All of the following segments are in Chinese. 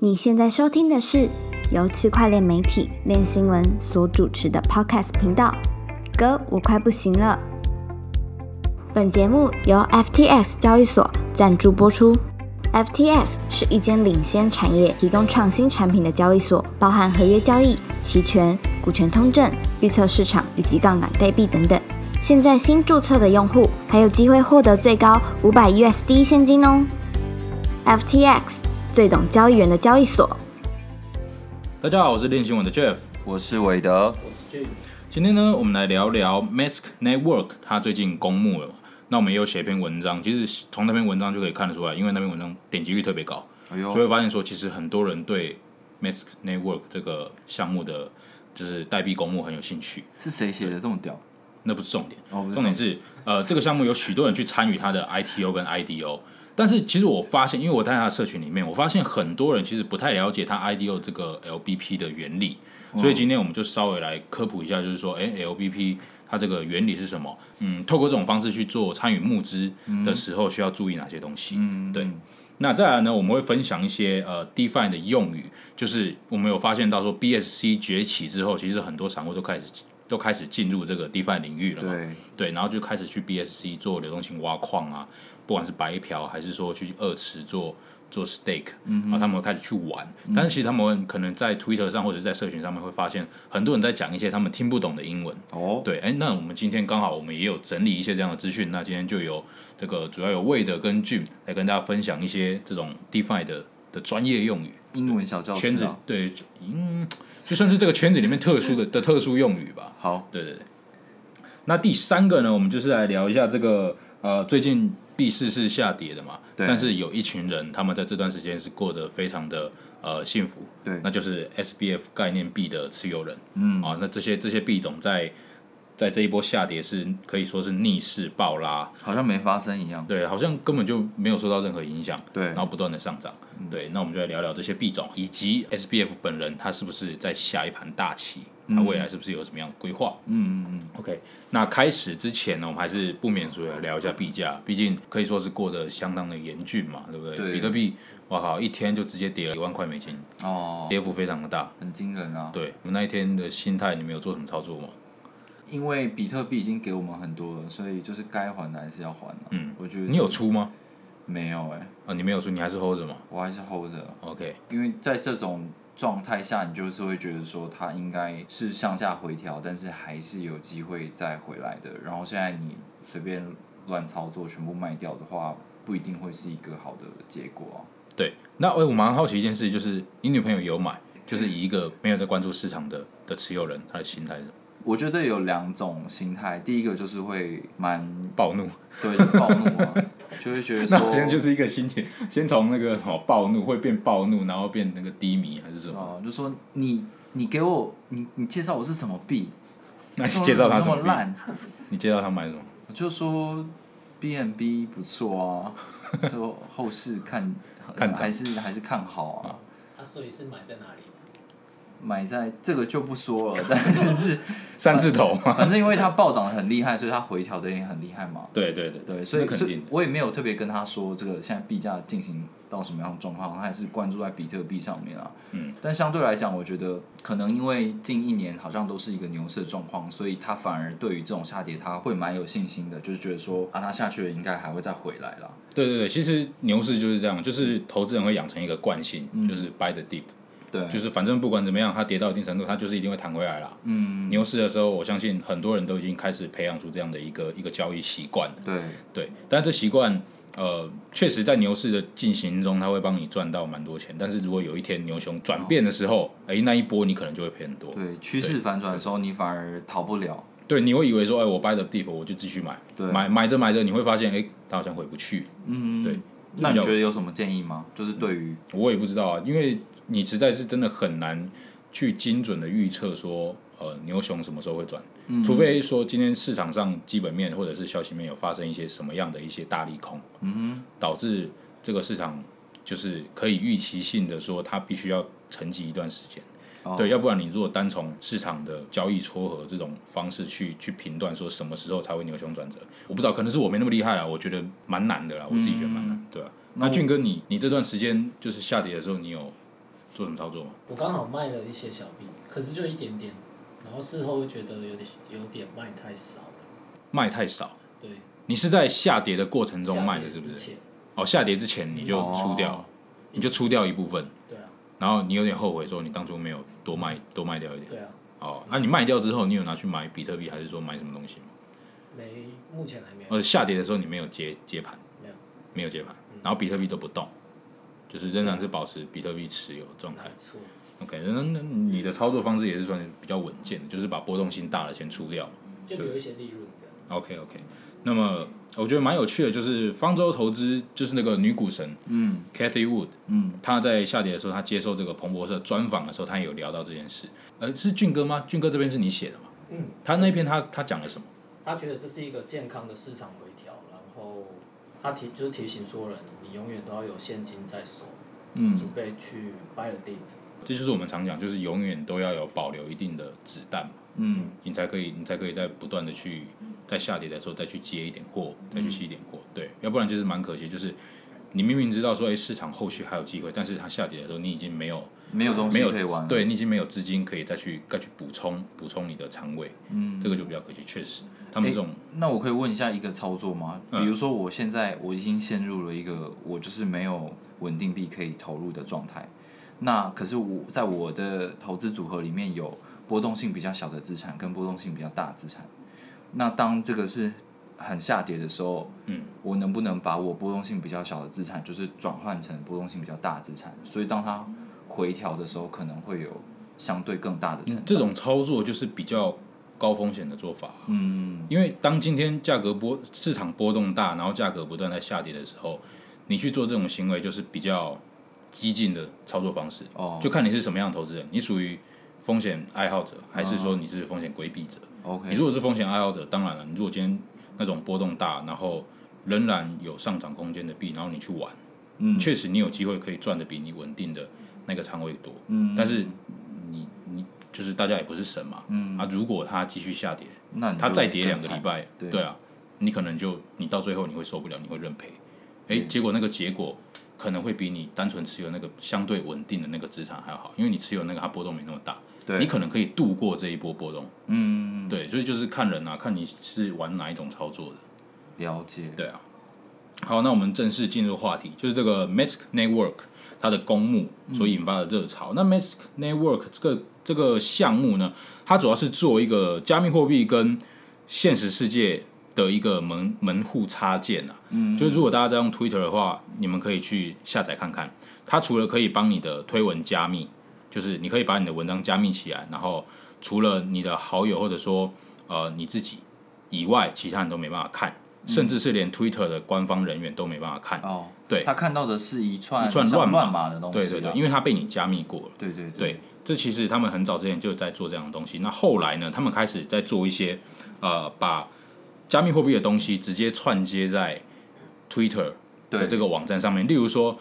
你现在收听的是由区块链媒体链新闻所主持的 Podcast 频道。哥，我快不行了。本节目由 FTX 交易所赞助播出。FTX 是一间领先产业提供创新产品的交易所，包含合约交易、期权、股权通证、预测市场以及杠杆代币等等。现在新注册的用户还有机会获得最高五百 USD 现金哦。FTX 最懂交易员的交易所。大家好，我是练新闻的 Jeff。我是韦德，今天呢，我们来聊聊 Mask Network，它最近公募了。那我们也有写一篇文章，其实从那篇文章就可以看得出来，因为那篇文章点击率特别高，哎呦所以会发现说，其实很多人对 Mask Network 这个项目的就是代币公募很有兴趣。是谁写的这么屌？那不是重点，哦不是重点是呃，这个项目有许多人去参与它的 ITO 跟 IDO，但是其实我发现，因为我在他的社群里面，我发现很多人其实不太了解它 IDO 这个 LBP 的原理，所以今天我们就稍微来科普一下，就是说，哎、l b p 它这个原理是什么？嗯，透过这种方式去做参与募资的时候，需要注意哪些东西？嗯，对。那再来呢，我们会分享一些呃 DeFi 的用语，就是我们有发现到说 BSC 崛起之后，其实很多散户都开始都开始进入这个 DeFi 领域了嘛。对，对，然后就开始去 BSC 做流动性挖矿啊，不管是白嫖还是说去二池做做 stake，、然后他们会开始去玩。但是其实他们可能在 Twitter 上或者在社群上面会发现，很多人在讲一些他们听不懂的英文。哦，对，哎，那我们今天刚好我们也有整理一些这样的资讯，那今天就有这个主要有魏德跟 Jim 来跟大家分享一些这种 DeFi 的的专业用语，英文小教圈室子啊，对，嗯，就算是这个圈子里面特殊的的特殊用语吧。好，对对对。那第三个呢，我们就是来聊一下这个呃，最近币市是下跌的嘛，对但是有一群人他们在这段时间是过得非常的呃幸福，对那就是 SBF 概念币的持有人，嗯啊，那这些这些币种在在这一波下跌是可以说是逆势暴拉，好像没发生一样。对，好像根本就没有受到任何影响，对嗯然后不断的上涨，对，那我们就来聊聊这些币种以及 SBF 本人他是不是在下一盘大棋，他未来是不是有什么样的规划？嗯嗯嗯嗯， OK，那开始之前呢，我们还是不免俗的聊一下币价，毕竟可以说是过得相当的严峻嘛，对不对？对比特币，哇靠，一天就直接跌了一万块美金，哦，跌幅非常的大。很惊人啊！对，我们那一天的心态，你们有做什么操作吗？因为比特币已经给我们很多了，所以就是该还的还是要还的、嗯我觉得你有出吗？没有哎、啊，你没有出，你还是 hold 着嘛。我还是 hold 着， OK，因为在这种状态下，你就是会觉得说它应该是向下回调，但是还是有机会再回来的。然后现在你随便乱操作，全部卖掉的话，不一定会是一个好的结果、啊。对。那哎，我蛮好奇一件事，就是你女朋友有买，就是以一个没有在关注市场的的持有人，她的心态是什么我觉得有两种心态，第一个就是会蛮暴怒。对暴怒啊，就会觉 得那好像说，就是一个心情，先从那个什么暴怒会变暴怒，然后变那个低迷还是什么？啊，就说你你给我你你介绍我是什么币，那你介绍他什哦么怎么那币？烂，你介绍他买什么？我就说 B N B 不错啊，就后市看 看涨还是还是看好啊，啊，所以是买在哪里？买在这个就不说了，但是三字头吗？ 反正因为它暴涨得很厉害，所以它回调的也很厉害嘛。对对对对，所以那肯所定以的。我也没有特别跟他说这个现在币价进行到什么样的状况，他还是关注在比特币上面啊。嗯，但相对来讲，我觉得可能因为近一年好像都是一个牛市的状况，所以他反而对于这种下跌他会蛮有信心的，就是觉得说啊，它下去了应该还会再回来啦。对对对，其实牛市就是这样，就是投资人会养成一个惯性，就是 buy the dip，嗯对，就是反正不管怎么样，它跌到一定程度，它就是一定会弹回来啦。嗯，牛市的时候，我相信很多人都已经开始培养出这样的一个一个交易习惯了。对，对，但这习惯，呃，确实在牛市的进行中，它会帮你赚到蛮多钱。但是如果有一天牛熊转变的时候，哎，那一波你可能就会赔很多。哦对，趋势反转的时候，你反而逃不了。对，你会以为说，哎，我 buy the dip，我就继续买，对买买着买着，你会发现，哎，它好像回不去。嗯，对。那你觉得有什么建议吗？就是对于我也不知道啊，因为你实在是真的很难去精准的预测说，呃，牛熊什么时候会转，除非说今天市场上基本面或者是消息面有发生一些什么样的一些大利空，嗯导致这个市场就是可以预期性的说，它必须要沉寂一段时间。哦对，要不然你如果单从市场的交易撮合这种方式去去评断说什么时候才会牛熊转折，我不知道，可能是我没那么厉害啊，我觉得蛮难的啦，我自己觉得蛮难，对啊。那俊哥你，你这段时间就是下跌的时候，你有做什么操作吗？我刚好卖了一些小币，可是就一点点，然后事后会觉得有点有点卖太少了，卖太少，对，你是在下跌的过程中卖的，下是跌不之是？前哦，下跌之前你就出掉，哦你就出掉一部分，对啊，然后你有点后悔说你当初没有多卖多卖掉一点。对啊，哦，那、你卖掉之后，你有拿去买比特币，还是说买什么东西吗？没，目前还没有，呃，下跌的时候你没有接接盘，没有，嗯没有接盘，然后比特币都不动，就是仍然是保持比特币持有状态没。错， OK，那那你的操作方式也是算是比较稳健的，就是把波动性大的先出掉。就留一些利润这样。 OK OK，那么我觉得蛮有趣的，就是方舟投资就是那个女股神嗯 Cathy Wood，嗯，她在下跌的时候，她接受这个彭博社专访的时候，她也有聊到这件事。呃，是俊哥吗？俊哥这边是你写的吗？嗯，他那篇他他讲了什么？他觉得这是一个健康的市场回调，然后他提就是提醒所有人，你永远都要有现金在手，嗯准备去 buy the dip。这就是我们常讲，就是永远都要有保留一定的子弹嘛，嗯你才可以，你才可以在不断的去在下跌的时候再去接一点货，嗯再去吸一点货，对，要不然就是蛮可惜，就是你明明知道说，哎，市场后续还有机会，但是它下跌的时候，你已经没有没有东没西有可以玩，，对你已经没有资金可以再去再去补充补充你的仓位，嗯，这个就比较可惜，确实，他们这种那我可以问一下一个操作吗？嗯比如说，我现在我已经陷入了一个我就是没有稳定币可以投入的状态。那可是我在我的投资组合里面有波动性比较小的资产跟波动性比较大的资产。那当这个是很下跌的时候，嗯，我能不能把我波动性比较小的资产，就是转换成波动性比较大的资产？所以当它回调的时候，可能会有相对更大的成嗯长。这种操作就是比较高风险的做法啊、嗯，因为当今天价格波市场波动大，然后价格不断在下跌的时候，你去做这种行为就是比较激进的操作方式。哦就看你是什么样的投资人，你属于风险爱好者，还哦是说你是风险规避者？ ，OK，你如果是风险爱好者，当然了，你如果今天那种波动大，然后仍然有上涨空间的币，然后你去玩，嗯确实你有机会可以赚的比你稳定的那个仓位多。嗯，但是你你就是大家也不是神嘛，嗯啊，如果它继续下跌，那你它就再跌更两个礼惨拜，对对啊，你可能就你到最后你会受不了，你会认赔，哎，对结果那个结果可能会比你单纯持有那个相对稳定的那个资产还要好，因为你持有那个它波动没那么大，对，你可能可以度过这一波波动，嗯，对，所以就是看人啊，看你是玩哪一种操作的，了解，对啊。好，那我们正式进入话题，就是这个 Mask Network 它的公募所引发的热潮。那 Mask Network 这个这个项目呢，它主要是做一个加密货币跟现实世界的一个门门户插件啊。嗯，就是如果大家在用 Twitter 的话，你们可以去下载看看。它除了可以帮你的推文加密，就是你可以把你的文章加密起来，然后除了你的好友或者说呃你自己以外，其他人都没办法看，甚至是连 Twitter 的官方人员都没办法看。哦，对他看到的是一串一串像乱码乱码的东西对啊，对对，因为它被你加密过了。对对对，这其实他们很早之前就在做这样的东西。那后来呢，他们开始在做一些呃，把加密货币的东西直接串接在 Twitter 的对这个网站上面。例如说，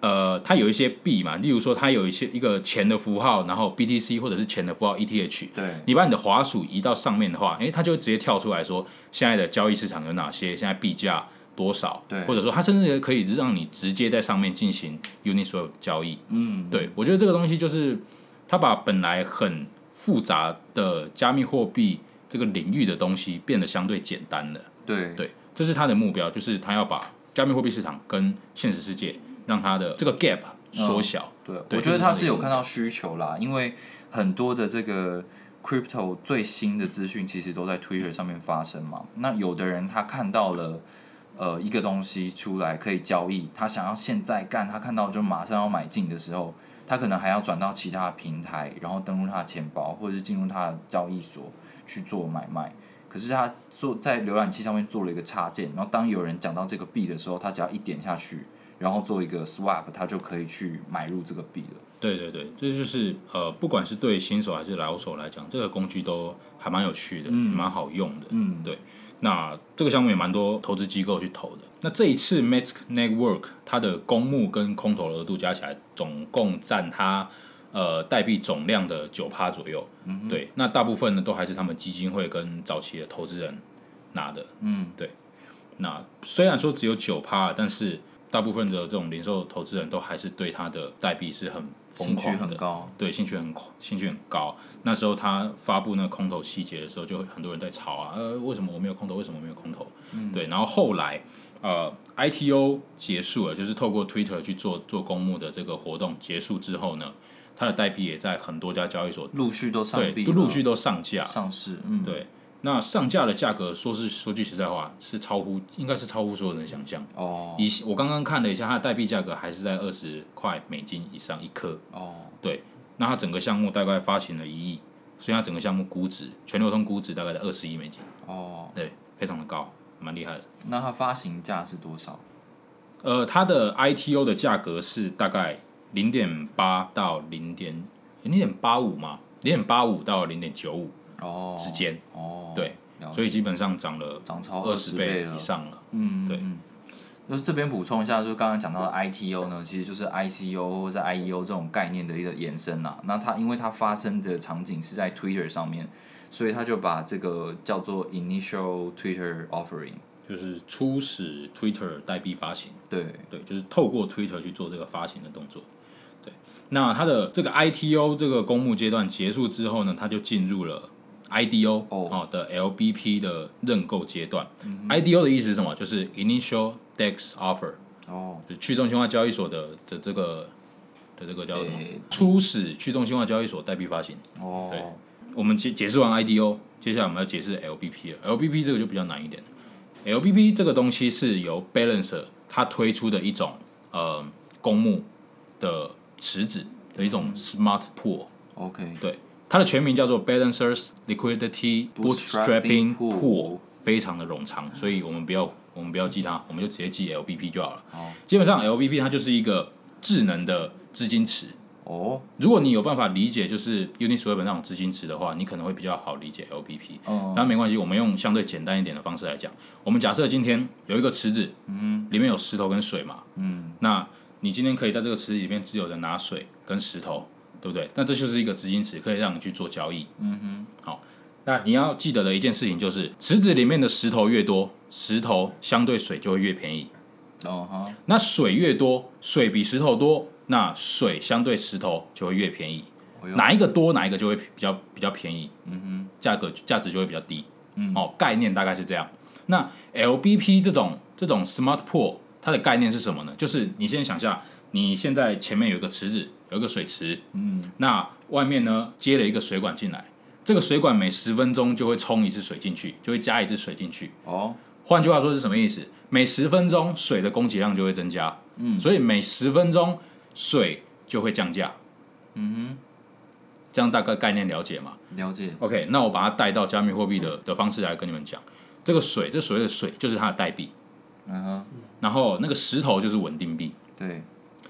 呃，它有一些币嘛，例如说它有一些一个钱的符号，然后 BTC 或者是钱的符号 ETH。对你把你的滑鼠移到上面的话，诶，它就会直接跳出来说现在的交易市场有哪些，现在币价多少，对或者说它甚至可以让你直接在上面进行 Uniswap 交易。嗯，对，我觉得这个东西就是它把本来很复杂的加密货币这个领域的东西变得相对简单了。对对，这是它的目标，就是它要把加密货币市场跟现实世界让它的这个 gap 缩小。对对我这觉得是他他的是一有个看到需求啦，因为很多的这个 crypto 最新的资讯其实都在 Twitter 上面发生嘛。那有的人他看到了呃一个东西出来可以交易，他想要现在干，他看到就马上要买进的时候，他可能还要转到其他平台，然后登录他的钱包或者是进入他的交易所去做买卖。可是他做在浏览器上面做了一个插件，然后当有人讲到这个币的时候，他只要一点下去，然后做一个 swap，他就可以去买入这个币了。对对对，这就是呃，不管是对新手还是老手来讲，这个工具都还蛮有趣的，嗯蛮好用的。嗯对那这个项目也蛮多投资机构去投的。那这一次 Mask Network 它的公募跟空投额度加起来，总共占它呃代币总量的九趴左右。嗯、对，那大部分呢都还是他们基金会跟早期的投资人拿的。嗯，那虽然说只有九趴，但是大部分的这种零售投资人都还是对它的代币是很疯兴趣狂的，很高，对，兴趣很恐兴趣很高。那时候他发布那个空头细节的时候，就会很多人在吵啊，呃，为什么我没有空头？为什么我没有空头？嗯对。然后后来，呃，ITO 结束了，就是透过 Twitter 去做做公募的这个活动结束之后呢，它的代币也在很多家交易所陆续都上对币都了，陆续都上架。上市，嗯，对，那上架的价格，说是说句实在话，是超乎应该是超乎所有人的想象。哦以我刚刚看了一下，它的代币价格还是在二十块美金以上一颗。哦，那它整个项目大概发行了一亿，所以它整个项目估值全流通估值大概在二十亿美金，哦，对，非常的高，蛮厉害的。那它发行价是多少？呃，它的 ITO 的价格是大概零点八到零点零点八五嘛，零点八五到零点九五哦，之间，哦，对了解，所以基本上涨了涨超二十十倍了以，上了。嗯，对嗯。嗯就是这边补充一下，就是刚刚讲到的 ITO 呢，其实就是 ICO 或者是 IEO 这种概念的一个延伸啦、那它因为它发生的场景是在 Twitter 上面，所以它就把这个叫做 Initial Twitter Offering，就是初始 Twitter 代币发行，对，对，就是透过 Twitter 去做这个发行的动作。对，那它的这个 ITO 这个公募阶段结束之后呢，它就进入了 IDO 哦嗯哦的 LBP 的认购阶段。IDO 的意思是什么？就是 Initial Dex Offer，哦，就是去中心化交易所的的这个的这个叫做什么诶？初始去中心化交易所代币发行。哦，我们解解释完 IDO，接下来我们要解释 LBP 了。LBP 这个就比较难一点。LBP 这个东西是由 Balancer 它推出的一种呃公募的池子的一种 Smart Pool， OK，对，它的全名叫做 Balancers Liquidity Bootstrapping Bootstrapping Pool Pool，非常的冗长，所以我们不要我们不要记它，我们就直接记 LBP 就好了。好基本上 LBP 它就是一个智能的资金池，哦，如果你有办法理解就是 Uniswap 那种资金池的话，你可能会比较好理解 LPP。嗯但没关系，我们用相对简单一点的方式来讲。我们假设今天有一个池子，嗯，里面有石头跟水嘛，嗯，那你今天可以在这个池子里面自由的拿水跟石头，对不对？那这就是一个资金池，可以让你去做交易。嗯哼，好。那你要记得的一件事情就是，池子里面的石头越多，石头相对水就会越便宜。哦哈，那水越多，水比石头多，那水相对石头就会越便宜。哎呦哪一个多，哪一个就会比较比较便宜，哦嗯哼，价格价值就会比较低，嗯，哦，概念大概是这样。那 LBP 这种这种 Smart Pool 它的概念是什么呢？就是你先想一下，你现在前面有一个池子，有一个水池，嗯，那外面呢接了一个水管进来，这个水管每十分钟就会冲一次水进去，就会加一次水进去，哦，换句话说是什么意思？每十分钟水的供给量就会增加，嗯，所以每十分钟水就会降价，嗯哼，这样大概概念了解嘛了解， ？OK，那我把它带到加密货币的的方式来跟你们讲，这个水，这所谓的水就是它的代币，嗯哼，然后那个石头就是稳定币，对，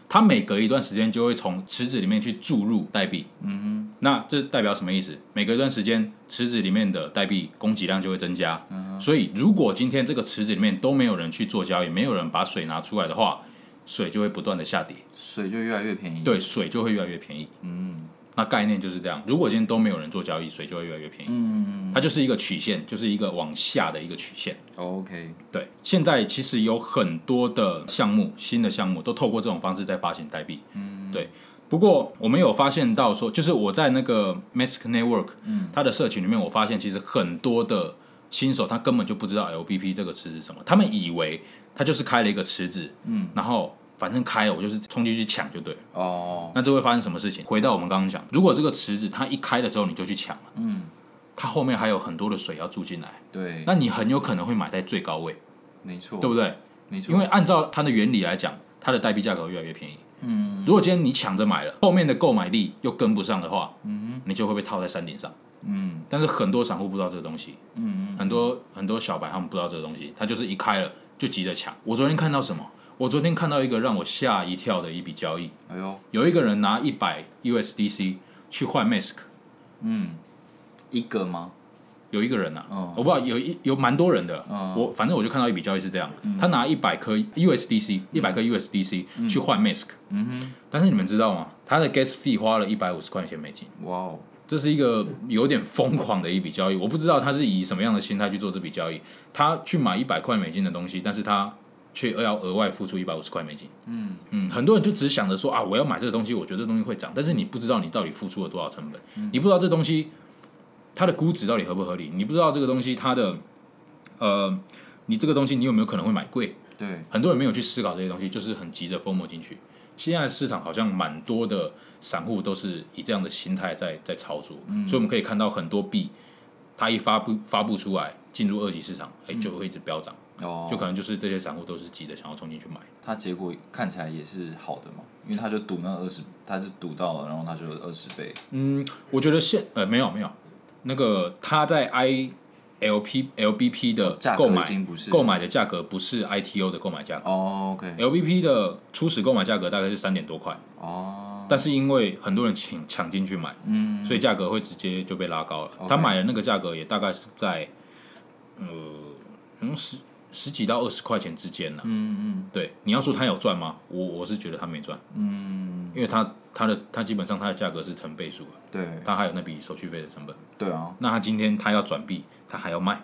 它每隔一段时间就会从池子里面去注入代币，嗯哼，那这代表什么意思？每隔一段时间，池子里面的代币供给量就会增加，嗯、所以如果今天这个池子里面都没有人去做交易，没有人把水拿出来的话，水就会不断的下跌，水就越来越便宜，，对，水就会越来越便宜，嗯，那概念就是这样，如果今天都没有人做交易，水就会越来越便宜，嗯，它就是一个曲线，就是一个往下的一个曲线。 OK，对，现在其实有很多的项目，新的项目都透过这种方式在发行代币。嗯，对。不过我们有发现到说，就是我在那个 Mask Network，嗯，它的社群里面，我发现其实很多的新手他根本就不知道 LPP 这个池是什么，他们以为他就是开了一个池子，嗯，然后反正开了我就是冲进去抢就对了。哦，那这会发生什么事情？回到我们刚刚讲，如果这个池子它一开的时候你就去抢了，嗯，它后面还有很多的水要注进来，对，那你很有可能会买在最高位，没错，对不对？没错，因为按照它的原理来讲，它的代币价格会越来越便宜。嗯，如果今天你抢着买了，后面的购买力又跟不上的话，嗯，你就会被套在山顶上。嗯，但是很多散户不知道这个东西，嗯嗯，很多很多小白他们不知道这个东西，他就是一开了就急着抢。我昨天看到什么？我昨天看到一个让我吓一跳的一笔交易，哎呦，有一个人拿一百 USDC 去换 Mask，一个吗？有一个人啊，嗯我不知道有一有蛮多人的，嗯我反正我就看到一笔交易是这样，他拿一百颗 USDC，一百颗 USDC 去换 Mask，嗯但是你们知道吗？他的 gas fee 花了一百五十块钱美金，哼，哇哦，这是一个有点疯狂的一笔交易。我不知道他是以什么样的心态去做这笔交易。他去买一百块美金的东西，但是他却要额外付出一百五十块美金。嗯嗯，很多人就只想着说啊，我要买这个东西，我觉得这东西会涨，但是你不知道你到底付出了多少成本，你不知道这东西它的估值到底合不合理，你不知道这个东西它的呃，你这个东西你有没有可能会买贵？对，很多人没有去思考这些东西，就是很急着疯魔进去。现在市场好像蛮多的散户都是以这样的心态在在操作，嗯所以我们可以看到很多币，它一发布发布出来进入二级市场，哎、就会一直飙涨，嗯哦，就可能就是这些散户都是急着想要冲进去买。他结果看起来也是好的嘛，因为他就赌那二十，他就赌到了，然后他就二十倍，嗯，我觉得现呃没有没有，那个它在 I L P L B P 的价格购已买经不是购买的价格不是 I T O 的购买价格、哦，OK， l B P 的初始购买价格大概是三点多块，哦，但是因为很多人抢抢进去买，嗯，所以价格会直接就被拉高了。 OK 他买的那个价格也大概是在呃，嗯十十几到二十块钱之间呢、嗯对，你要说他有赚吗？我我是觉得他没赚，嗯嗯，因为他他的他基本上他的价格是成倍数的，对他还有那笔手续费的成本。对啊，那他今天他要转币，他还要卖，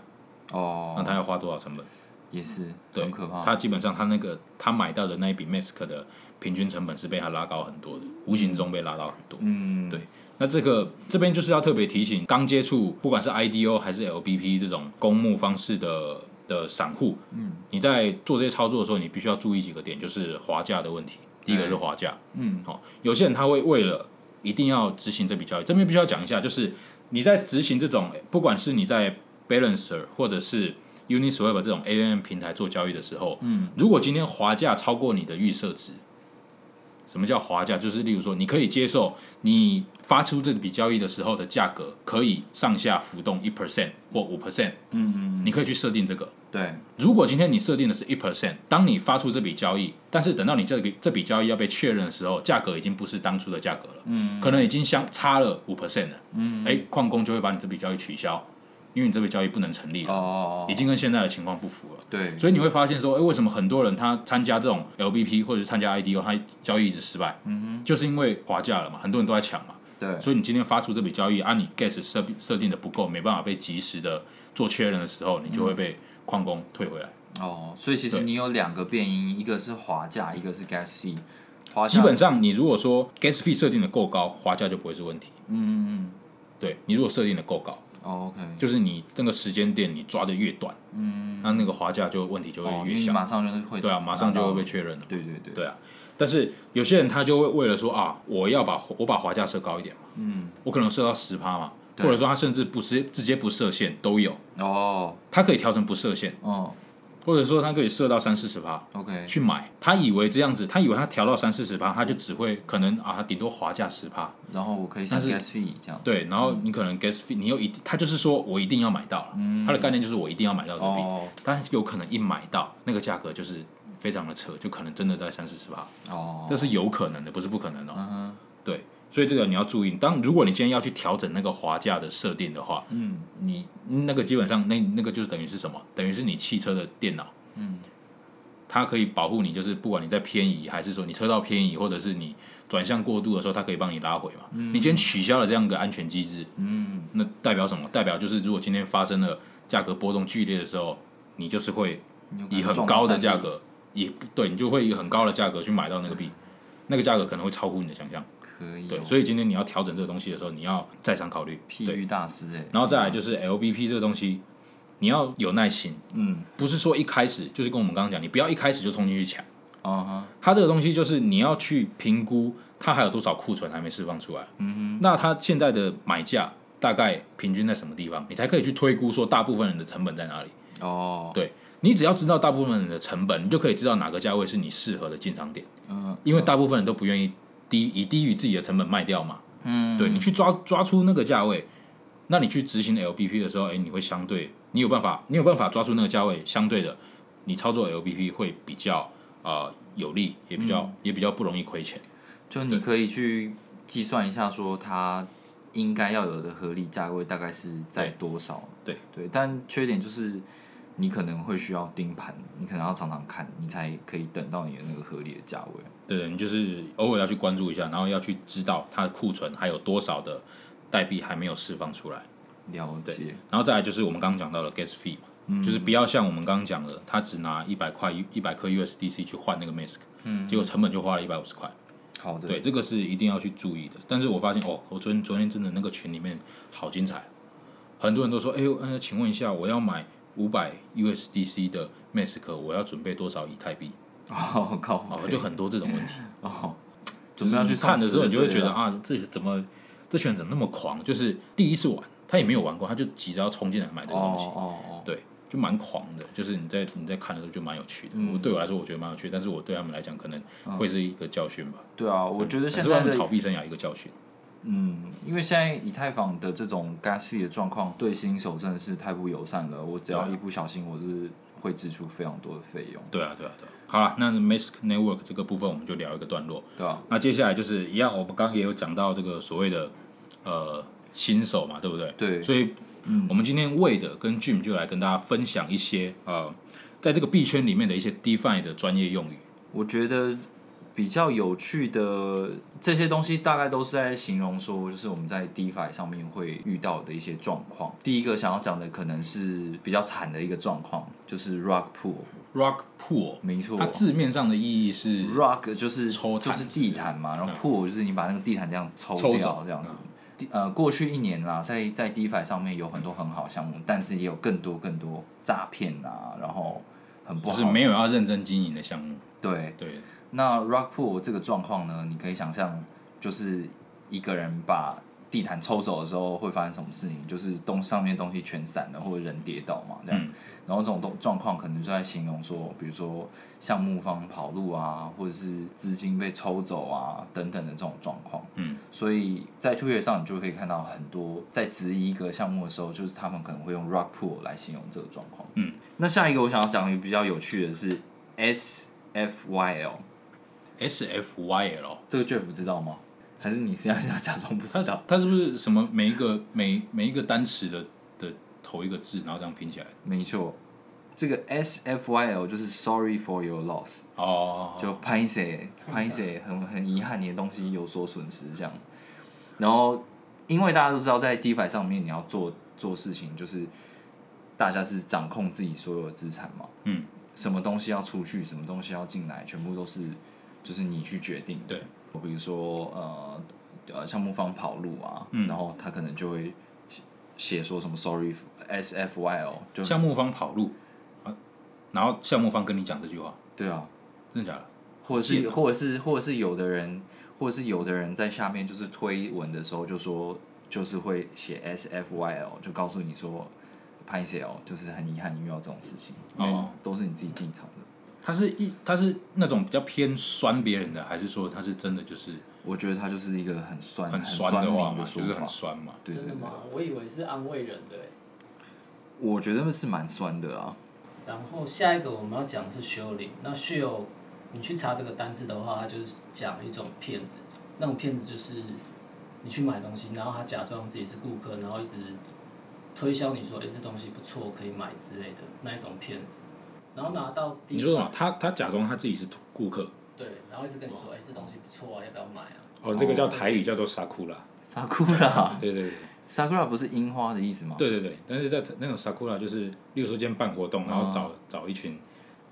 那哦，他要花多少成本？也是对，很可怕，他基本上他那个他买到的那一笔 mask 的平均成本是被他拉高很多的，无形中被拉高很多。嗯对那这个这边就是要特别提醒，刚接触不管是 IDO 还是 LBP 这种公募方式的的散户，嗯，你在做这些操作的时候，你必须要注意几个点，就是滑价的问题。第一个是滑价，嗯，好、有些人他会为了一定要执行这笔交易，这边必须要讲一下，就是你在执行这种，不管是你在 Balancer 或者是 Uniswap 这种 AMM 平台做交易的时候，嗯，如果今天滑价超过你的预设值，什么叫滑价？就是例如说，你可以接受你发出这笔交易的时候的价格可以上下浮动一 percent 或五 percent，嗯嗯你可以去设定这个。对，如果今天你设定的是一 percent，当你发出这笔交易，但是等到你这个这笔交易要被确认的时候，价格已经不是当初的价格了，嗯，可能已经相差了五 percent 了，嗯，哎，矿工就会把你这笔交易取消，因为你这笔交易不能成立了，哦，已经跟现在的情况不符了。对，所以你会发现说，哎，为什么很多人他参加这种 LBP 或者是参加 IDO，他交易一直失败？嗯哼，就是因为滑价了嘛，很多人都在抢嘛。对，所以你今天发出这笔交易，按、你 gas 设设定的不够，没办法被及时的做确认的时候，你就会被矿工退回来。哦，所以其实对你有两个变因，一个是滑价，一个是 gas fee，滑价基本上，你如果说 gas fee 设定的够高，滑价就不会是问题。嗯嗯对你如果设定的够高，嗯哦，OK，就是你那个时间点你抓的越短，嗯，那那个滑价就问题就哦，会因越为你小。马上就是会对啊，马上就会被确认了。对对对对啊，但是有些人他就会为了说啊，我要把我把滑价设高一点嘛，嗯，我可能设到十趴嘛，对或者说他甚至不直直接不设限都有，哦他可以调成不设限，哦或者说他可以设到三四十趴。 ，OK，去买，他以为这样子，他以为他调到三四十趴，他就只会可能啊，他顶多滑价十趴，然后我可以省但是 gas fee 这样，对，然后你可能 gas fee，你又一定，他就是说我一定要买到了，他的概念就是我一定要买到这个币，哦但是有可能一买到那个价格就是非常的扯，就可能真的在三四十趴，哦，这是有可能的，不是不可能哦。嗯哼，对，所以这个你要注意。当如果你今天要去调整那个滑价的设定的话，嗯，你那个基本上那那个就是等于是什么？等于是你汽车的电脑，嗯，它可以保护你，就是不管你在偏移，还是说你车道偏移，或者是你转向过度的时候，它可以帮你拉回嘛。你今天取消了这样一个安全机制，嗯，那代表什么？代表就是如果今天发生了价格波动剧烈的时候，你就是会你有可能以很撞到高的山壁价，格，以对你就会以很高的价格去买到那个币，那个价格可能会超乎你的想象。可以哦，对，所以今天你要调整这个东西的时候，你要再三考虑。譬对，喻大师哎，然后再来就是 LBP 这个东西，你要有耐心，嗯，不是说一开始就是跟我们刚刚讲，你不要一开始就冲进去抢。嗯哼，它这个东西就是你要去评估它还有多少库存还没释放出来，嗯哼，那它现在的买价大概平均在什么地方，你才可以去推估说大部分人的成本在哪里。哦，对你只要知道大部分人的成本，你就可以知道哪个价位是你适合的进场点，嗯因为大部分人都不愿意低以低于自己的成本卖掉嘛。嗯，对你去抓抓出那个价位，那你去执行 LBP 的时候，哎，你会相对你有办法，你有办法抓住那个价位，相对的，你操作 LBP 会比较啊有利，也比嗯较、也比较不容易亏钱。就你可以去计算一下，说它应该要有的合理价位大概是在多少。对对，但缺点就是你可能会需要盯盘，你可能要常常看，你才可以等到你的那个合理的价位。对对，你就是偶尔要去关注一下，然后要去知道它的库存还有多少的代币还没有释放出来。了解，然后再来就是我们刚刚讲到的 gas fee 嘛，嗯就是不要像我们刚刚讲的，他只拿一百块一百颗 USDC 去换那个 MASK，嗯，结果成本就花了一百五十块。好的，对，这个是一定要去注意的。但是我发现哦，我昨天昨天真的那个群里面好精彩，很多人都说，哎呦，呃，请问一下，我要买五百 USDC 的 MASK，我要准备多少以太币？ 哦，靠哦，北，就很多这种问题。哦，就是准备要你去看送的时候，死你就会对觉得了，啊，这怎么这群人怎么那么狂？就是第一次玩，他也没有玩过，他就急着要冲进来买这个东西，哦哦对，就蛮狂的。就是你在你在看的时候就蛮有趣的。嗯我对我来说，我觉得蛮有趣的，但是我对他们来讲，可能会是一个教训吧哦。，对啊，我嗯觉得也现嗯是他在们的炒币生涯一个教训。嗯，因为现在以太坊的这种 gas fee 的状况对新手真的是太不友善了。我只要对一不小心，我是会支出非常多的费用，对啊，对啊，对啊。好了，那 Mask Network 这个部分我们就聊一个段落。对啊吧、那接下来就是一样，我们刚刚也有讲到这个所谓的呃新手嘛，对不对？对所以，嗯我们今天为的跟 Jim 就来跟大家分享一些呃，在这个币圈里面的一些 DeFi 的专业用语。我觉得比较有趣的这些东西，大概都是在形容说，就是我们在 DeFi 上面会遇到的一些状况。第一个想要讲的可能是比较惨的一个状况，就是 Rug Pool， Rock Pool，没错它字面上的意义是 Rug 就是抽就毯是是不是地毯嘛，然后 pool 就是你把那个地毯这样抽嗯抽掉走这样子。地呃，过去一年啦，在在 DeFi 上面有很多很好的项目，但是也有更多更多诈骗啊，然后很不就好。是没有要认真经营的项目。对，对，那 Rug Pool 这个状况呢，你可以想象，就是一个人把地毯抽走的时候会发生什么事情，就是东上面东西全散了，或者人跌倒嘛，这样。嗯然后这种东状况可能就在形容说，比如说项目方跑路啊，或者是资金被抽走啊等等的这种状况。嗯，所以在 Twitter 上你就可以看到很多在质疑一个项目的时候，就是他们可能会用 Rug Pool 来形容这个状况。嗯，那下一个我想要讲的比较有趣的是 SFYL。 SFYL，这个 Jeff 知道吗？还是你现在要假装不它知道？它是不是什么每一个每每一个单词的的头一个字，然后这样拼起来的？没错，这个 S F Y L 就是 Sorry for your loss，哦，就拍谁拍谁，很很遗憾你的东西有所损失这样。然后，因为大家都知道，在 DeFi 上面你要做做事情，就是大家是掌控自己所有的资产嘛，嗯，什么东西要出去，什么东西要进来，全部都是就是你去决定的。对，比如说呃呃项目方跑路啊，嗯然后他可能就会写写说什么 sorry S F Y L，就项目方跑路，啊，然后项目方跟你讲这句话，对啊，真的假的？或者贱是或者是或者是有的人，或者是有的人在下面就是推文的时候就说就是会写 S F Y L，就告诉你说拍谁哦，就是很遗憾你遇到这种事情，因为哦都是你自己进场的。他是一，他是那种比较偏酸别人的，还是说他是真的就是我觉得他就是一个很酸很酸酸的话嘛，民的说就是法很，酸嘛？对对真的对，吗？我以为是安慰人的欸、我觉得是蛮酸的啊啦。然后下一个我们要讲的是 shilling，那 shill，你去查这个单字的话，它就是讲一种骗子，那种骗子就是你去买东西，然后他假装自己是顾客，然后一直推销你说，哎、这东西不错，可以买之类的那一种骗子，然后拿到第你一说什么？他他假装他自己是顾客，对，然后一直跟你说，哎、这东西不错啊，要不要买啊？哦，这个叫台语叫做沙库拉， Sakura 对对对 Sakura 不是樱花的意思吗？，对对对，但是在那种沙库拉就是，例如说今天办活动，然后找、找一群。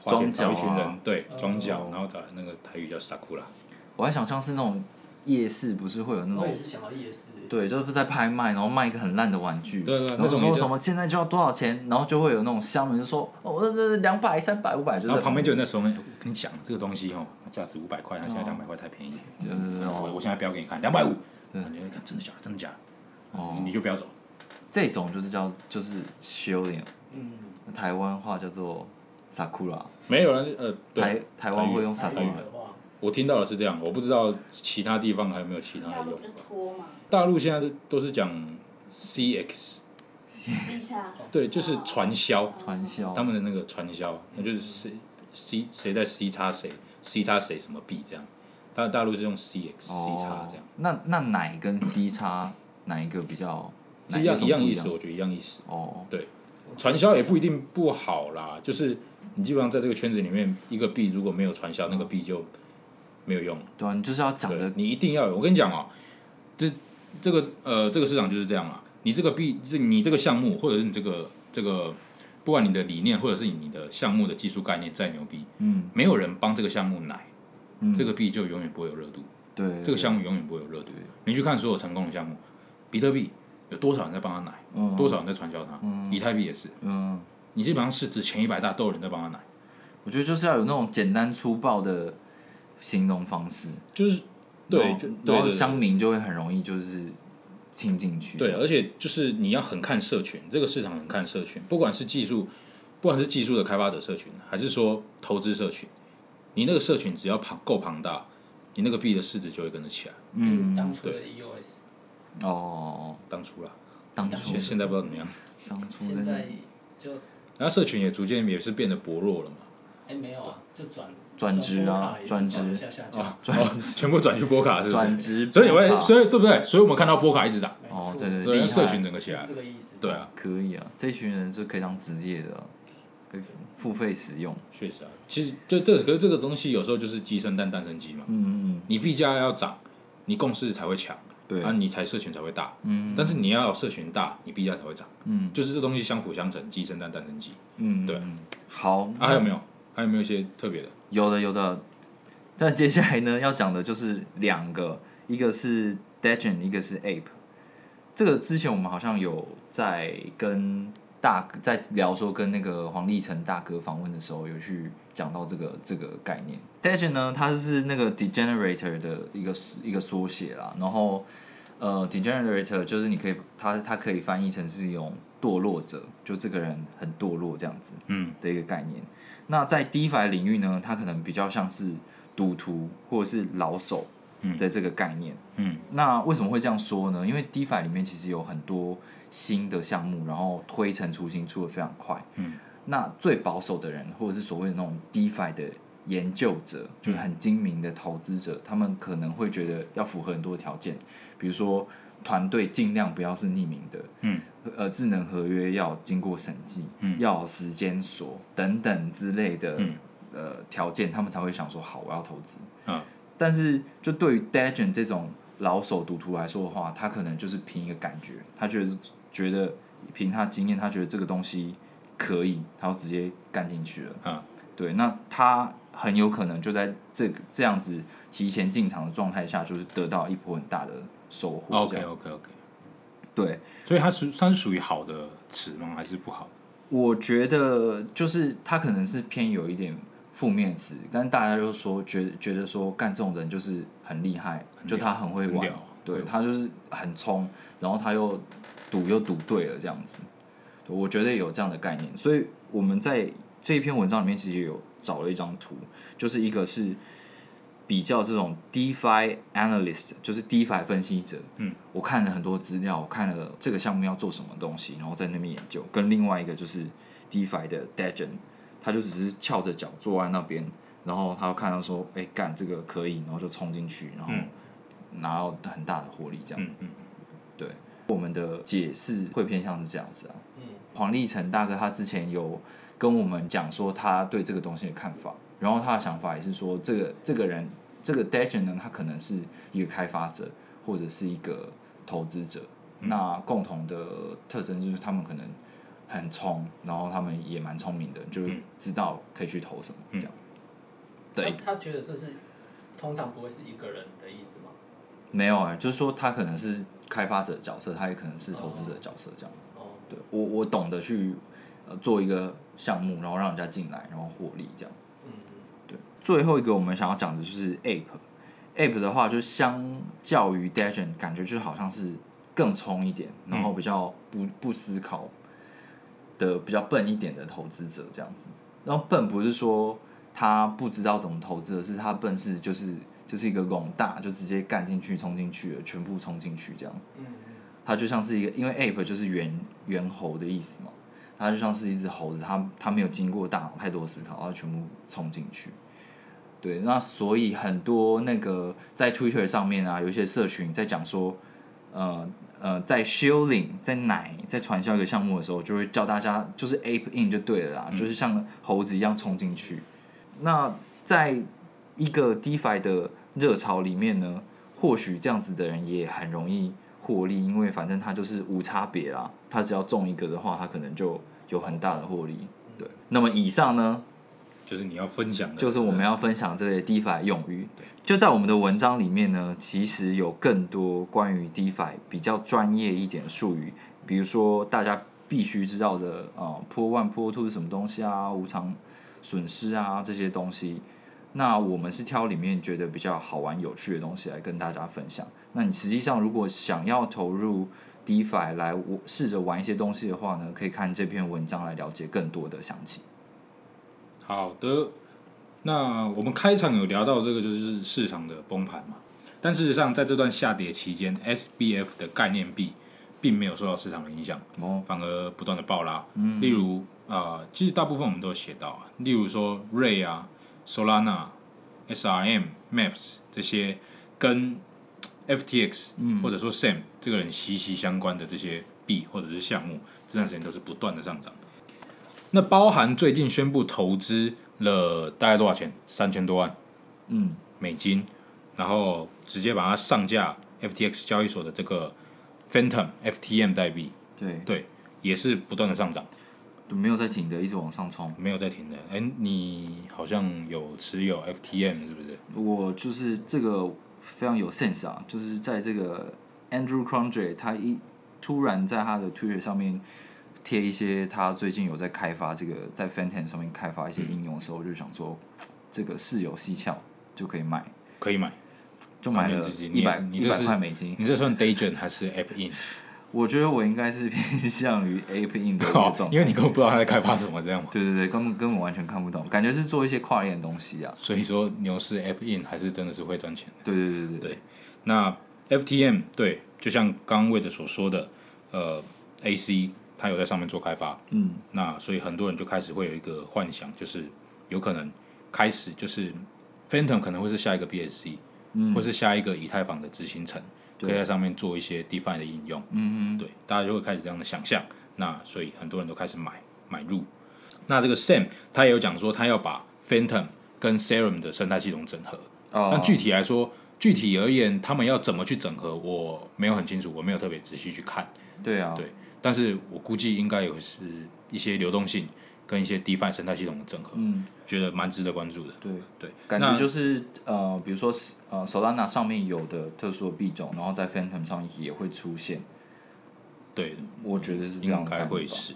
花钱装脚找啊一群人，对，装脚哦，然后找那个台语叫沙库拉，我还想象是那种夜市，不是会有那我也种是想到 E 夜市、哦对，就是在拍卖，然后卖一个很烂的玩具，对对然那后种就也说是什么现在就要多少钱，然后就会有那种乡民就说哦，这这两百、三百、五百，就是然后旁边就有那时候呢，我跟你讲这个东西哦，价值五百块，它现在两百块太便宜了，就是那我种我现在标给你看，两百五，啊对你就看真的假的，真的假的，哦你，你就不要走。这种就是叫就是修炼，嗯，台湾话叫做 Sakura，没有人呃，台对，台湾会用台 Sakura，语的话，我听到的是这样，我不知道其他地方还有没有其他大的陆用不。就拖嘛，大陆现在都都是讲 CX，是这样。对，就是传销，传销哦他，们的那个传销，那就是谁 C 谁在 C 叉谁 C 叉谁什么 B 这样，大大陆是用 CX、C 叉哦这样，，那那奶跟 C 叉哪一个比较？哪是一个样什么一样不意一思，我觉得一样意思。哦，对，传销也不一定不好啦，就是你基本上在这个圈子里面，一个币如果没有传销，那个币就没有用了。对啊，你就是要讲对的，你一定要有。我跟你讲哦，这这个呃这个市场就是这样啊，你这个币，这你这个项目，或者是你这个这个不管你的理念或者是你的项目的技术概念再牛逼，嗯，没有人帮这个项目奶，嗯这个币就永远不会有热度，对对这个项目永远不会有热度对。你去看所有成功的项目，比特币有多少人在帮他奶，嗯多少人在传销他，以太币也是，嗯，你基本上市值前一百大都有人在帮他奶，我觉得就是要有那种简单粗暴的形容方式，就是然对，后就然后对乡民就会很容易就是听进去，对，而且就是你要很看社群，这个市场很看社群，不管是技术，不管是技术的开发者社群，还是说投资社群，你那个社群只要庞够庞大，你那个币的市值就会跟着起来。嗯，当初的 EOS，哦，当初啦，当初现现在不知道怎么样，当初现真的在就然后社群也逐渐也是变得薄弱了嘛，哎没有啊，就转转职啊转波卡 转职也是下下降，哦全部转去波卡是不转是？职，所以你会，所以对不对？所以我们看到波卡一直涨，没哦错，对对对，厉害社群整个起是来这，个意思。对啊，可以啊，这群人是可以当职业的啊、可以付费使用，确实啊，其实就这可是这个东西有时候就是鸡生蛋，蛋生鸡嘛，嗯嗯，你币价要涨，你共识才会强。对，啊，你才社群才会大，嗯但是你要有社群大，你币价才会涨，嗯就是这东西相辅相成，鸡生蛋，蛋生鸡。嗯，对嗯，好，啊，还有没有？还有没有一些特别的？有的有的。但接下来呢，要讲的就是两个，一个是 Degen，一个是 Ape。这个之前我们好像有在跟大在聊说跟那个黄立成大哥访问的时候，有去讲到这个这个概念。Degen 呢，它是那个 Degenerator 的一个一个缩写啦，然后呃，degenerator 就是你可以，它它可以翻译成是一种堕落者，就这个人很堕落这样子，嗯，的一个概念。那在 DeFi 领域呢，它可能比较像是赌徒或者是老手的这个概念。嗯，那为什么会这样说呢？因为 DeFi 里面其实有很多新的项目，然后推陈出新，出的非常快。嗯，那最保守的人，或者是所谓的那种 DeFi 的研究者，就是很精明的投资者，他们可能会觉得要符合很多条件，比如说团队尽量不要是匿名的，嗯，呃，智能合约要经过审计，嗯要有时间锁等等之类的，嗯呃，条件他们才会想说好，我要投资。啊，但是就对于 Degen 这种老手赌徒来说的话，他可能就是凭一个感觉，他觉得觉得凭他经验，他觉得这个东西可以，他就直接干进去了。啊，对，那他很有可能就在这个这样子提前进场的状态下，就是得到一波很大的收获。这 OK 样 OK OK，对，所以它是它是属于好的词吗？还是不好的？我觉得就是他可能是偏有一点负面词，但大家就说觉得觉得说干这种人就是很厉害，就他很会很玩屌，对嗯他就是很冲，然后他又赌又赌对了这样子，对我觉得有这样的概念，所以我们在这篇文章里面其实有找了一张图，就是一个是比较这种 DeFi analyst，就是 DeFi 分析者，我看了很多资料，我看了这个项目要做什么东西，然后在那边研究。跟另外一个就是 DeFi 的 Degen，他就只是翘着脚坐在那边，然后他就看到说，哎、干这个可以，然后就冲进去，然后嗯拿到很大的获利，这样。嗯嗯，对，我们的解释会偏向是这样子啊。嗯，黄立成大哥他之前有跟我们讲说他对这个东西的看法，然后他的想法也是说，这个这个人这个 Degen 呢，他可能是一个开发者或者是一个投资者，那共同的特征就是他们可能很冲，然后他们也蛮聪明的，就是知道可以去投什么这样。对，他他觉得这是通常不会是一个人的意思吗？没有哎、就是说他可能是开发者的角色，他也可能是投资者的角色这样子。哦，对我我懂得去呃做一个项目，然后让人家进来，然后获利这样。嗯，对，最后一个我们想要讲的就是 Ape。Ape 的话，就相较于 Degen，感觉就是好像是更冲一点，然后比较不不思考的、比较笨一点的投资者这样子。然后笨不是说他不知道怎么投资，而是他笨是就是就是一个笼大，就直接干进去、冲进去了，全部冲进去这样。嗯嗯它就像是一个，因为 ape 就是猿猿猴的意思嘛，它就像是一只猴子，它它没有经过大脑太多思考，它全部冲进去。对，那所以很多那个在 Twitter 上面啊，有一些社群在讲说，呃呃，在 shilling 在奶在传销一个项目的时候，就会叫大家就是 ape in 就对了啦，就是像猴子一样冲进去。那在一个 DeFi 的热潮里面呢，或许这样子的人也很容易获利，因为反正他就是无差别啦，他只要中一个的话，他可能就有很大的获利。对，那么以上呢，就是你要分享的，就是我们要分享这些 DeFi 用语。就在我们的文章里面呢，其实有更多关于 DeFi 比较专业一点术语，比如说大家必须知道的啊，破 one 破 two 是什么东西啊，无偿损失啊这些东西。那我们是挑里面觉得比较好玩有趣的东西来跟大家分享。那你实际上如果想要投入 DeFi 来我试着玩一些东西的话呢，可以看这篇文章来了解更多的详情。好的，那我们开场有聊到这个就是市场的崩盘嘛，但事实上在这段下跌期间，SBF 的概念币并没有受到市场的影响，哦，反而不断的爆拉。例如啊、呃其实大部分我们都有写到啊，例如说 Ray 啊、Solana、SRM、Maps 这些跟 FTX、或者说 Sam 这个人息息相关的这些币或者是项目，这段时间都是不断的上涨。那包含最近宣布投资了大概多少钱？三千多万嗯，美金，然后直接把它上架 FTX 交易所的这个 Phantom FTM 代币，对，对，也是不断的上涨，没有在停的，一直往上冲。没有在停的。哎、你好像有持有 FTM 是不是？我就是这个非常有 sense 啊，就是在这个 Andrew Crandre 他一突然在他的 Twitter 上面贴一些他最近有在开发这个在 Fantan 上面开发一些应用的时候，我就想说这个是有蹊跷，就可以买，可以买。就买了那你自己一百你一也是你这百是块美金。你这算 Day Gen 还是 App In？我觉得我应该是偏向于 Ape In 的那哦种，因为你根本不知道他在开发什么，这样嘛。对对对，根本根本完全看不懂，感觉是做一些跨链的东西啊。所以说牛市 App In 还是真的是会赚钱的。对对对对对那 FTM 对，就像刚刚魏德所说的，呃，AC 它有在上面做开发，嗯，那所以很多人就开始会有一个幻想，就是有可能开始就是 Phantom 可能会是下一个 BSC，嗯，或是下一个以太坊的执行层，可以在上面做一些 DeFi 的应用，嗯嗯，对，大家就会开始这样的想象，那所以很多人都开始买买入。那这个 Sam 他也有讲说，他要把 Phantom 跟 Serum 的生态系统整合，哦，但具体来说，具体而言，他们要怎么去整合，我没有很清楚，我没有特别仔细去看。对啊，对但是我估计应该有是一些流动性跟一些 DeFi 生态系统的整合，嗯，觉得蛮值得关注的。对。对，感那觉就是呃，比如说呃，Solana 上面有的特殊的币种，然后在 Phantom 上也会出现，对，我觉得是这嗯样应的感该觉会吧嗯是。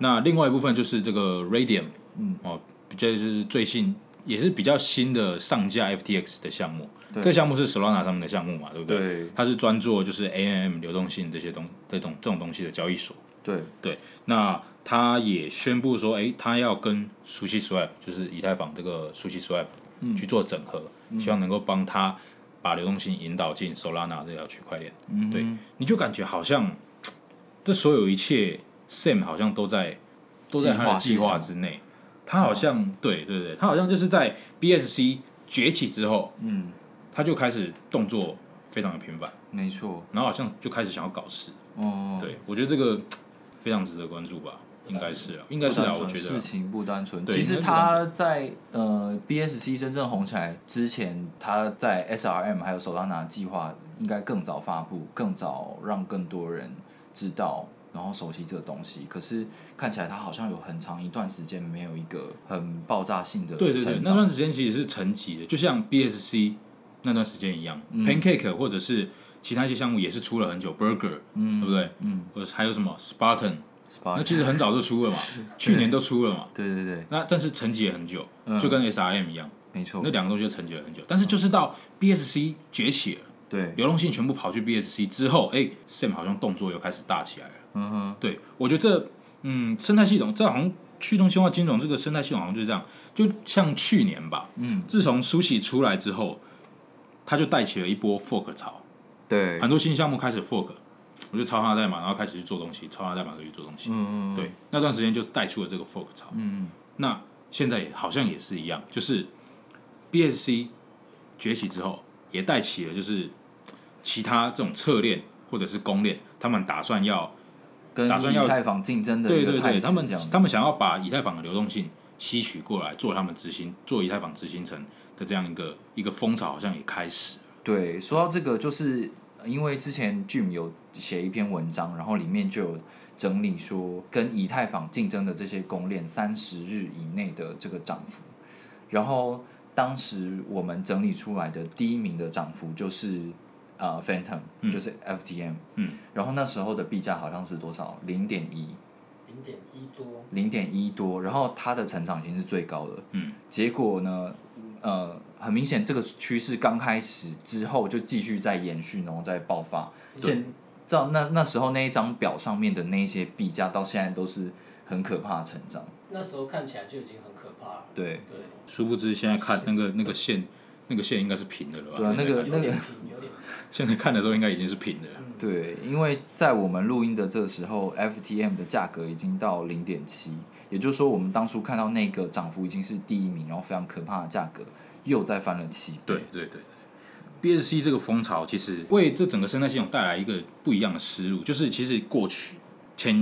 那另外一部分就是这个 Radium，嗯，哦，比较就是最新也是比较新的上架 FTX 的项目，这个项目是 Solana 上面的项目嘛，对不对？对它是专做就是 AMM 流动性这些东这种这种东西的交易所。对，那他也宣布说，诶，他要跟熟悉 Swap，就是以太坊这个熟悉 Swap、去做整合，希望能够帮他把流动性引导进 Solana 这条区块链。对，你就感觉好像这所有一切 Sam 好像都在都在他的计划之内，他好像对对对，他好像就是在 BSC 崛起之后，嗯，他就开始动作非常的频繁，没错，然后好像就开始想要搞事。哦，对，我觉得这个非常值得关注吧，应该是啊，应该不是啊，单我觉纯得事啊情不单纯。对其实应该不单他在呃 BSC 真正红起来之前，他在 SRM 还有 Solana 计划应该更早发布，更早让更多人知道，然后熟悉这个东西。可是看起来他好像有很长一段时间没有一个很爆炸性的对对对成，那长。段时间其实是沉寂的，就像 BSC 那段时间一样、p a n c a k e 或者是其他一些项目也是出了很久，Burger，嗯，对不对？嗯，或者还有什么 Spartan，那 Spark 其实很早就出了嘛，去年都出了嘛，对对对，那但是沉寂了很久，就跟 SRM 一样，没错那，两个东西就沉寂了很久，但是就是到 BSC 崛起了。对，流动性全部跑去 BSC 之后，哎、s a m 好像动作又开始大起来了。嗯哼，对，我觉得这嗯生态系统，这好像去中心化金融这个生态系统好像就是这样，就像去年吧，嗯，自从苏喜出来之后，它就带起了一波 fork 潮，对，很多新项目开始 fork，我就抄它的代码，然后开始去做东西，抄它的代码开始去做东西，嗯嗯，对，那段时间就带出了这个 fork 潮，嗯，那现在也好像也是一样，就是 BSC 崛起之后，也带起了就是其他这种侧链或者是公链，他们打算要。跟打算要以太坊竞争的对一个对态对，势他们这样子他们想要把以太坊的流动性吸取过来，做他们执行做以太坊执行层的这样一个一个风潮，好像也开始了。对，说到这个，就是呃因为之前 Jim 有写一篇文章，然后里面就有整理说跟以太坊竞争的这些公链三十日以内的这个涨幅，然后当时我们整理出来的第一名的涨幅就是呃 Phantom，、就是 FTM，嗯，然后那时候的币价好像是多少？零点一，零点一多，零点一多，然后它的成长性是最高的。嗯，结果呢，呃，很明显这个趋势刚开始之后就继续在延续，然后再爆发。现照那那时候那一张表上面的那些币价，到现在都是很可怕的成长。那时候看起来就已经很可怕了。对，对，殊不知现在看那个那个线，那个线应该是平的了吧？对啊那个嗯有点平，有点平。现在看的时候应该已经是平的了。对，因为在我们录音的这个时候，FTM 的价格已经到零点七，也就是说，我们当初看到那个涨幅已经是第一名，然后非常可怕的价格，又再翻了七倍。对对对对，BSC 这个风潮其实为这整个生态系统带来一个不一样的思路，就是其实过去前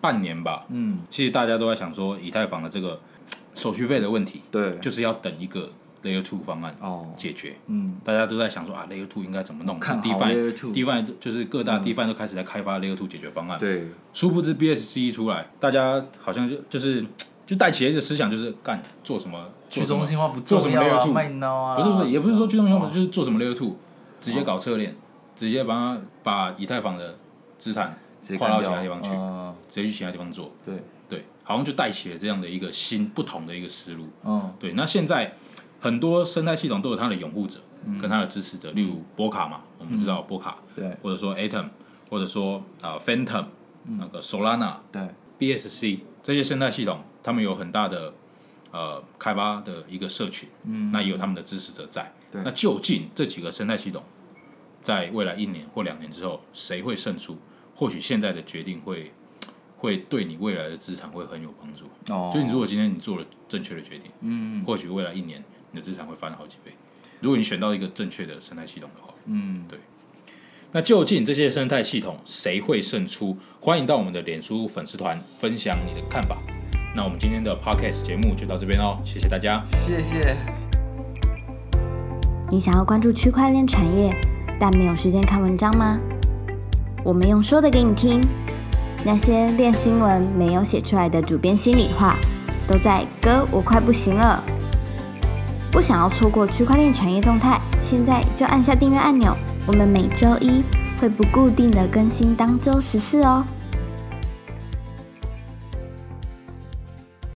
半年吧，嗯，其实大家都在想说以太坊的这个手续费的问题，对，就是要等一个 Layer Two 方案哦，解决。嗯，大家都在想说啊，Layer Two 应该怎么弄？看好 DeFi Layer 嗯2 DeFi 就是各大 DeFi 都开始在开发 Layer Two 解决方案。对，殊不知 BSC 一出来，大家好像就就是就带起了一个思想，就是干做什么做去什么中心化不做什重么要 layer 啊， two，卖孬啊，不是不是，也不是说去中心化，哦就是做什么 layer two，直接搞侧链，直接把它把以太坊的资产直接跨干到掉其他地方去嗯直接去其他地方做，对，对，好像就带起了这样的一个新不同的一个思路。嗯，对，那现在很多生态系统都有它的拥护者嗯跟它的支持者，例如波卡嘛，我们知道波卡，对或者说 Atom，或者说啊 Phantom，那嗯个 Solana，对， BSC 这些生态系统，他们有很大的呃开发的一个社群，嗯，那也有他们的支持者在。对那究竟这几个生态系统在未来一年或两年之后，谁会胜出？或许现在的决定会会对你未来的资产会很有帮助。哦，就你如果今天你做了正确的决定，嗯，或许未来一年你的资产会翻好几倍。如果你选到一个正确的生态系统的话，嗯，那究竟这些生态系统谁会胜出？欢迎到我们的脸书粉丝团分享你的看法。那我们今天的 podcast 节目就到这边喽，谢谢大家。谢谢，你想要关注区块链产业，但没有时间看文章吗？我们用说的给你听，那些练新闻没有写出来的主编心里话，都在“哥，我快不行了”。不想要错过区块链产业动态，现在就按下订阅按钮。我们每周一会不固定的更新当周时事哦。